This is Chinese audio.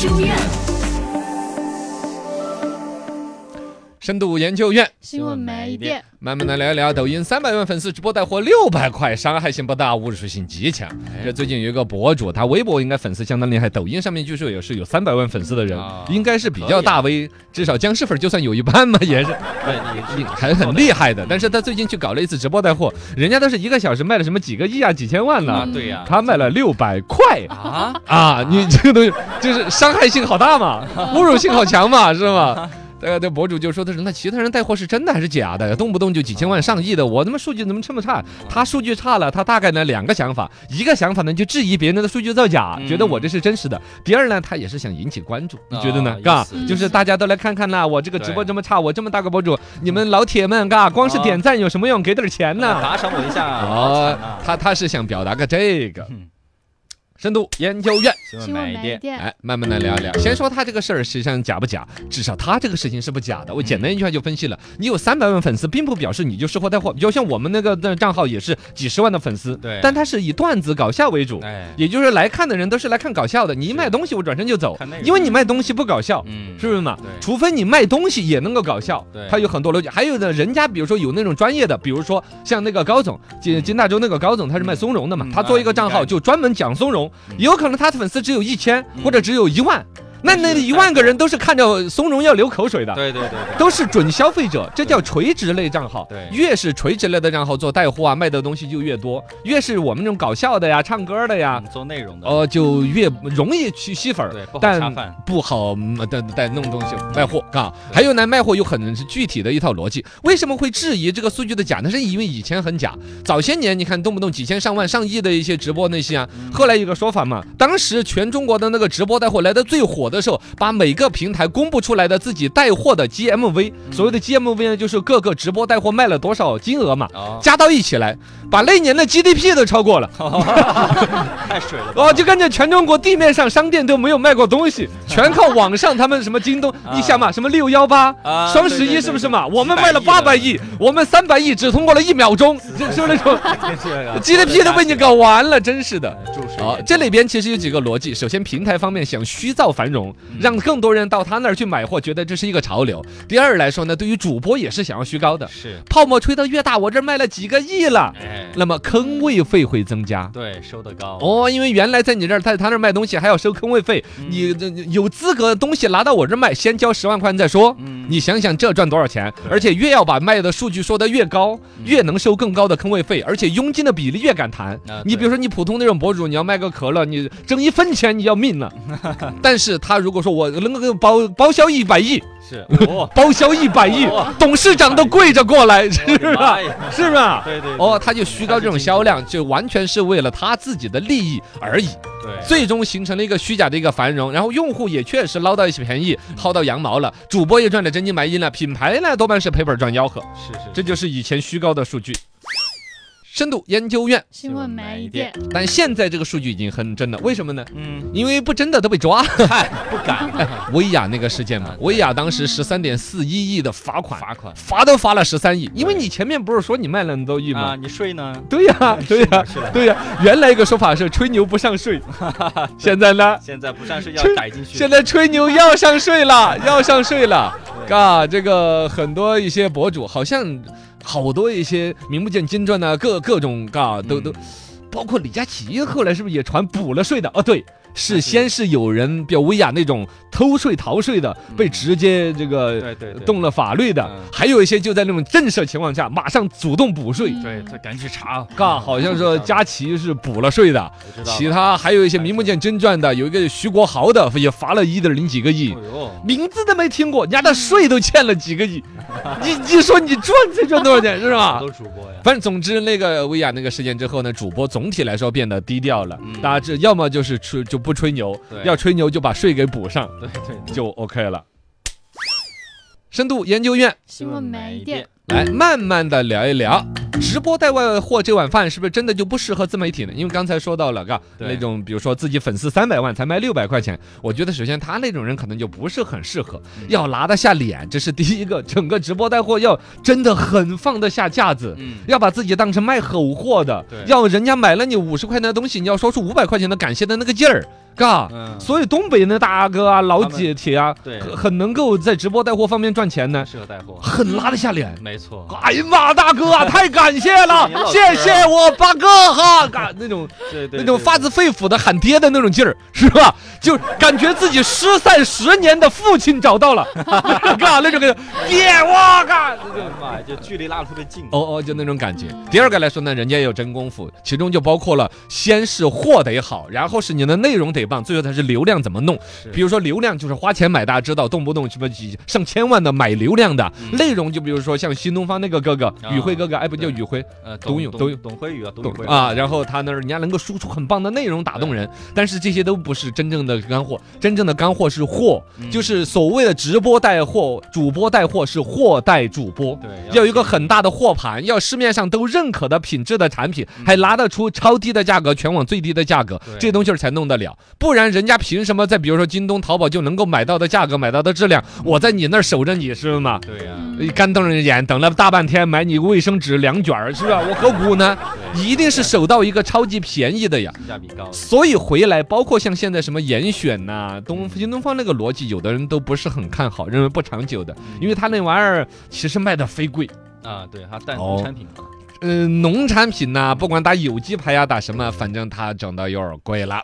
究院，深度研究院，新闻慢一点。慢慢的聊一聊抖音三百万粉丝直播带货六百块，伤害性不大，侮辱性极强。哎这最近有一个博主，他微博应该粉丝相当厉害，抖音上面据说也是有三百万粉丝的人啊，应该是比较大 V，至啊少僵尸粉就算有一半嘛，也是对，你还很厉害的。但是他最近去搞了一次直播带货，人家都是一个小时卖了什么几个亿啊、几千万呢、啊，嗯对呀，他卖了六百块啊，啊！你这个东西就是伤害性好大 嘛，侮辱性好强嘛，是吗？呃，那博主就说的是，那其他人带货是真的还是假的？动不动就几千万、哦上亿的，我他妈数据怎么这么差？他数据差了，他大概呢两个想法，一个想法呢就质疑别人的数据造假，嗯觉得我这是真实的；第二呢，他也是想引起关注，你觉得呢啊？嘎意思，就是大家都来看看呐，我这个直播对这么差，我这么大个博主，你们老铁们，嘎，光是啊点赞有什么用？给点钱呐！打赏我一下，好惨哦啊，，他他是想表达个这个嗯深度研究院，新新闻慢一点，点。哎，慢慢的聊一聊。先说他这个事儿实际上假不假，至少他这个事情是不假的。我简单一句话就分析了，你有三百万粉丝，并不表示你就吃货带货。比如像我们那个的账号也是几十万的粉丝，对但他是以段子搞笑为主。哎，也就是来看的人都是来看搞笑的，你一是卖东西我转身就走看内，容因为你卖东西不搞笑，嗯是不是嘛对？除非你卖东西也能够搞笑对，它有很多逻辑。还有的人家比如说有那种专业的，比如说像那个高总，金金大洲那个高总，他是卖松茸的嘛嗯，他做一个账号就专门讲松茸，嗯有可能他的粉丝只有一千嗯或者只有一万，那那一万个人都是看着松茸要流口水的。对对对对，都是准消费者，这叫垂直类账号。对越是垂直类的账号做带货啊，卖的东西就越多；越是我们这种搞笑的呀、唱歌的呀，嗯做内容的，啊哦，就越容易去吸粉儿，对，不好恰但饭，不好嗯但但弄东西卖货，啊。还有呢，卖货有很是具体的一套逻辑。为什么会质疑这个数据的假？那是因为以前很假，早些年你看动不动几千上万上亿的一些直播那些啊。后来有个说法嘛，当时全中国的那个直播带货来的最火的时候，把每个平台公布出来的自己带货的 GMV，所谓的 GMV 呢，就是各个直播带货卖了多少金额嘛，哦，加到一起来，把那年的 GDP 都超过了。太水了吧，哦，就感觉全中国地面上商店都没有卖过东西，全靠网上他们什么京东啊一下嘛，什么六幺八啊、双十对一对是不是嘛？对我们卖了八百亿，我们三百亿只通过了一秒钟，是是不是那种 GDP 都被你搞完了，真是的。呃注水哦，这里边其实有几个逻辑。首先，平台方面想虚造繁荣，让更多人到他那儿去买货，觉得这是一个潮流。第二来说呢，对于主播也是想要虚高的，是，泡沫吹得越大，我这儿卖了几个亿了，哎，那么坑位费会增加。对，收的高，哦，因为原来在你这儿，在他那儿卖东西还要收坑位费，嗯你这你有资格东西拿到我这儿卖，先交十万块钱再说。嗯，你想想这赚多少钱？对而且越要把卖的数据说得越高，嗯越能收更高的坑位费，而且佣金的比例越敢谈啊。你比对如说你普通那种博主，你要卖个可乐，你挣一分钱你要命 了。但是他如果说我能够包包销一百亿，是，哦，包销一百亿哦，董事长都跪着过 来，是我的吧 妈？呀是吧？对对，哦，他就虚高这种销量，就完全是为了他自己的利益而已。对，最终形成了一个虚假的一个繁荣，然后用户也确实捞到一些便宜，薅到羊毛了，主播也赚得真金白银了，品牌呢多半是赔本赚吆喝，是是，这就是以前虚高的数据。深度研究院，新闻慢一点。但现在这个数据已经很真了，为什么呢？嗯，因为不真的都被抓。不敢薇娅那个事件嘛啊，对薇娅当时十三点四一亿的罚款，罚款罚都罚了十三亿，因为你前面不是说你卖了那么多亿啊，吗？你睡呢？对呀、对呀、哎是的，对呀、原来一个说法是吹牛不上税， 现在呢？现在不上睡觉这改进去，现在吹牛要上税 了，要上税了，嘎，这个很多一些博主好像好多一些名不见经传呐，各各种嘎都嗯都，包括李佳琦后来是不是也传补了税的？哦，对。哎是先是有人，比如薇娅那种偷税逃税的，被直接这个嗯对对对，动了法律的嗯，还有一些就在那种震慑情况下，马上主动补税。对，他赶紧去查，嘎，好像说佳琦是补了税的，我知道了，其他还有一些名不见经传的，有一个徐国豪的也罚了一点零几个亿哎，呦，名字都没听过，人家的税都欠了几个 亿，你你说你赚才赚多少钱是好吧？ 多主播呀，反正总之，那个薇娅那个事件之后呢，主播总体来说变得低调了嗯，大家这要么就是吹就不吹牛，对要吹牛就把税给补上，对对对，就 OK 了。深度研究院新闻慢一点。哎来慢慢的聊一聊直播带外货这碗饭是不是真的就不适合自媒体呢？因为刚才说到了，嘎，对那种比如说自己粉丝三百万才卖六百块钱，我觉得首先他那种人可能就不是很适合，嗯要拿得下脸，这是第一个。整个直播带货要真的很放得下架子，嗯，要把自己当成卖狠货的对，要人家买了你五十块钱的东西，你要说出五百块钱的感谢的那个劲儿，嘎。嗯，所以东北那大哥啊、老他们姐姐啊，对嗯很很能够在直播带货方面赚钱呢，适合带货，很拉得下脸。没错，哎呀妈，大哥啊，太感谢了你老，实谢谢我八哥哈，感那种对对，那种对发自肺腑的喊爹的那种劲儿，是吧？就感觉自己失散十年的父亲找到了， 嘎那种感觉，爹我嘎。对对妈呀，就距离拉得特别近，哦哦，就那种感觉。第二个来说呢，人家也有真功夫，其中就包括了，先是货得好，然后是你的内容得棒，最后才是流量怎么弄。是比如说流量就是花钱买，大家知道，动不动什么几上千万的买流量的、嗯内容，就比如说像新东方那个哥哥啊宇辉哥哥，哎，不叫对宇辉，呃，董董永董董永董辉宇啊，董懂永辉啊？然后他那儿人家能够输出很棒的内容打动人，但是这些都不是真正的干货，真正的干货是货，嗯就是所谓的直播带货、主播带货是货带主播。对，要有一个很大的货盘，要市面上都认可的品质的产品，嗯还拿得出超低的价格，全网最低的价格，对这东西儿才弄得了。不然人家凭什么在比如说京东、淘宝就能够买到的价格、买到的质量？我在你那儿守着你是吗？对呀，嗯一干瞪着眼，等了大半天，买你卫生纸两卷儿，是吧？我何苦呢？对一定是守到一个超级便宜的呀。性价比高，所以回来，包括像现在什么严选呐、东新东方那个逻辑，有的人都不是很看好，认为不长久的，因为他那玩意儿其实卖的飞贵。呃啊，对，它蛋哦农产品嘛，嗯，农产品呐、不管打有机牌呀、打什么，反正它整的有点儿贵了。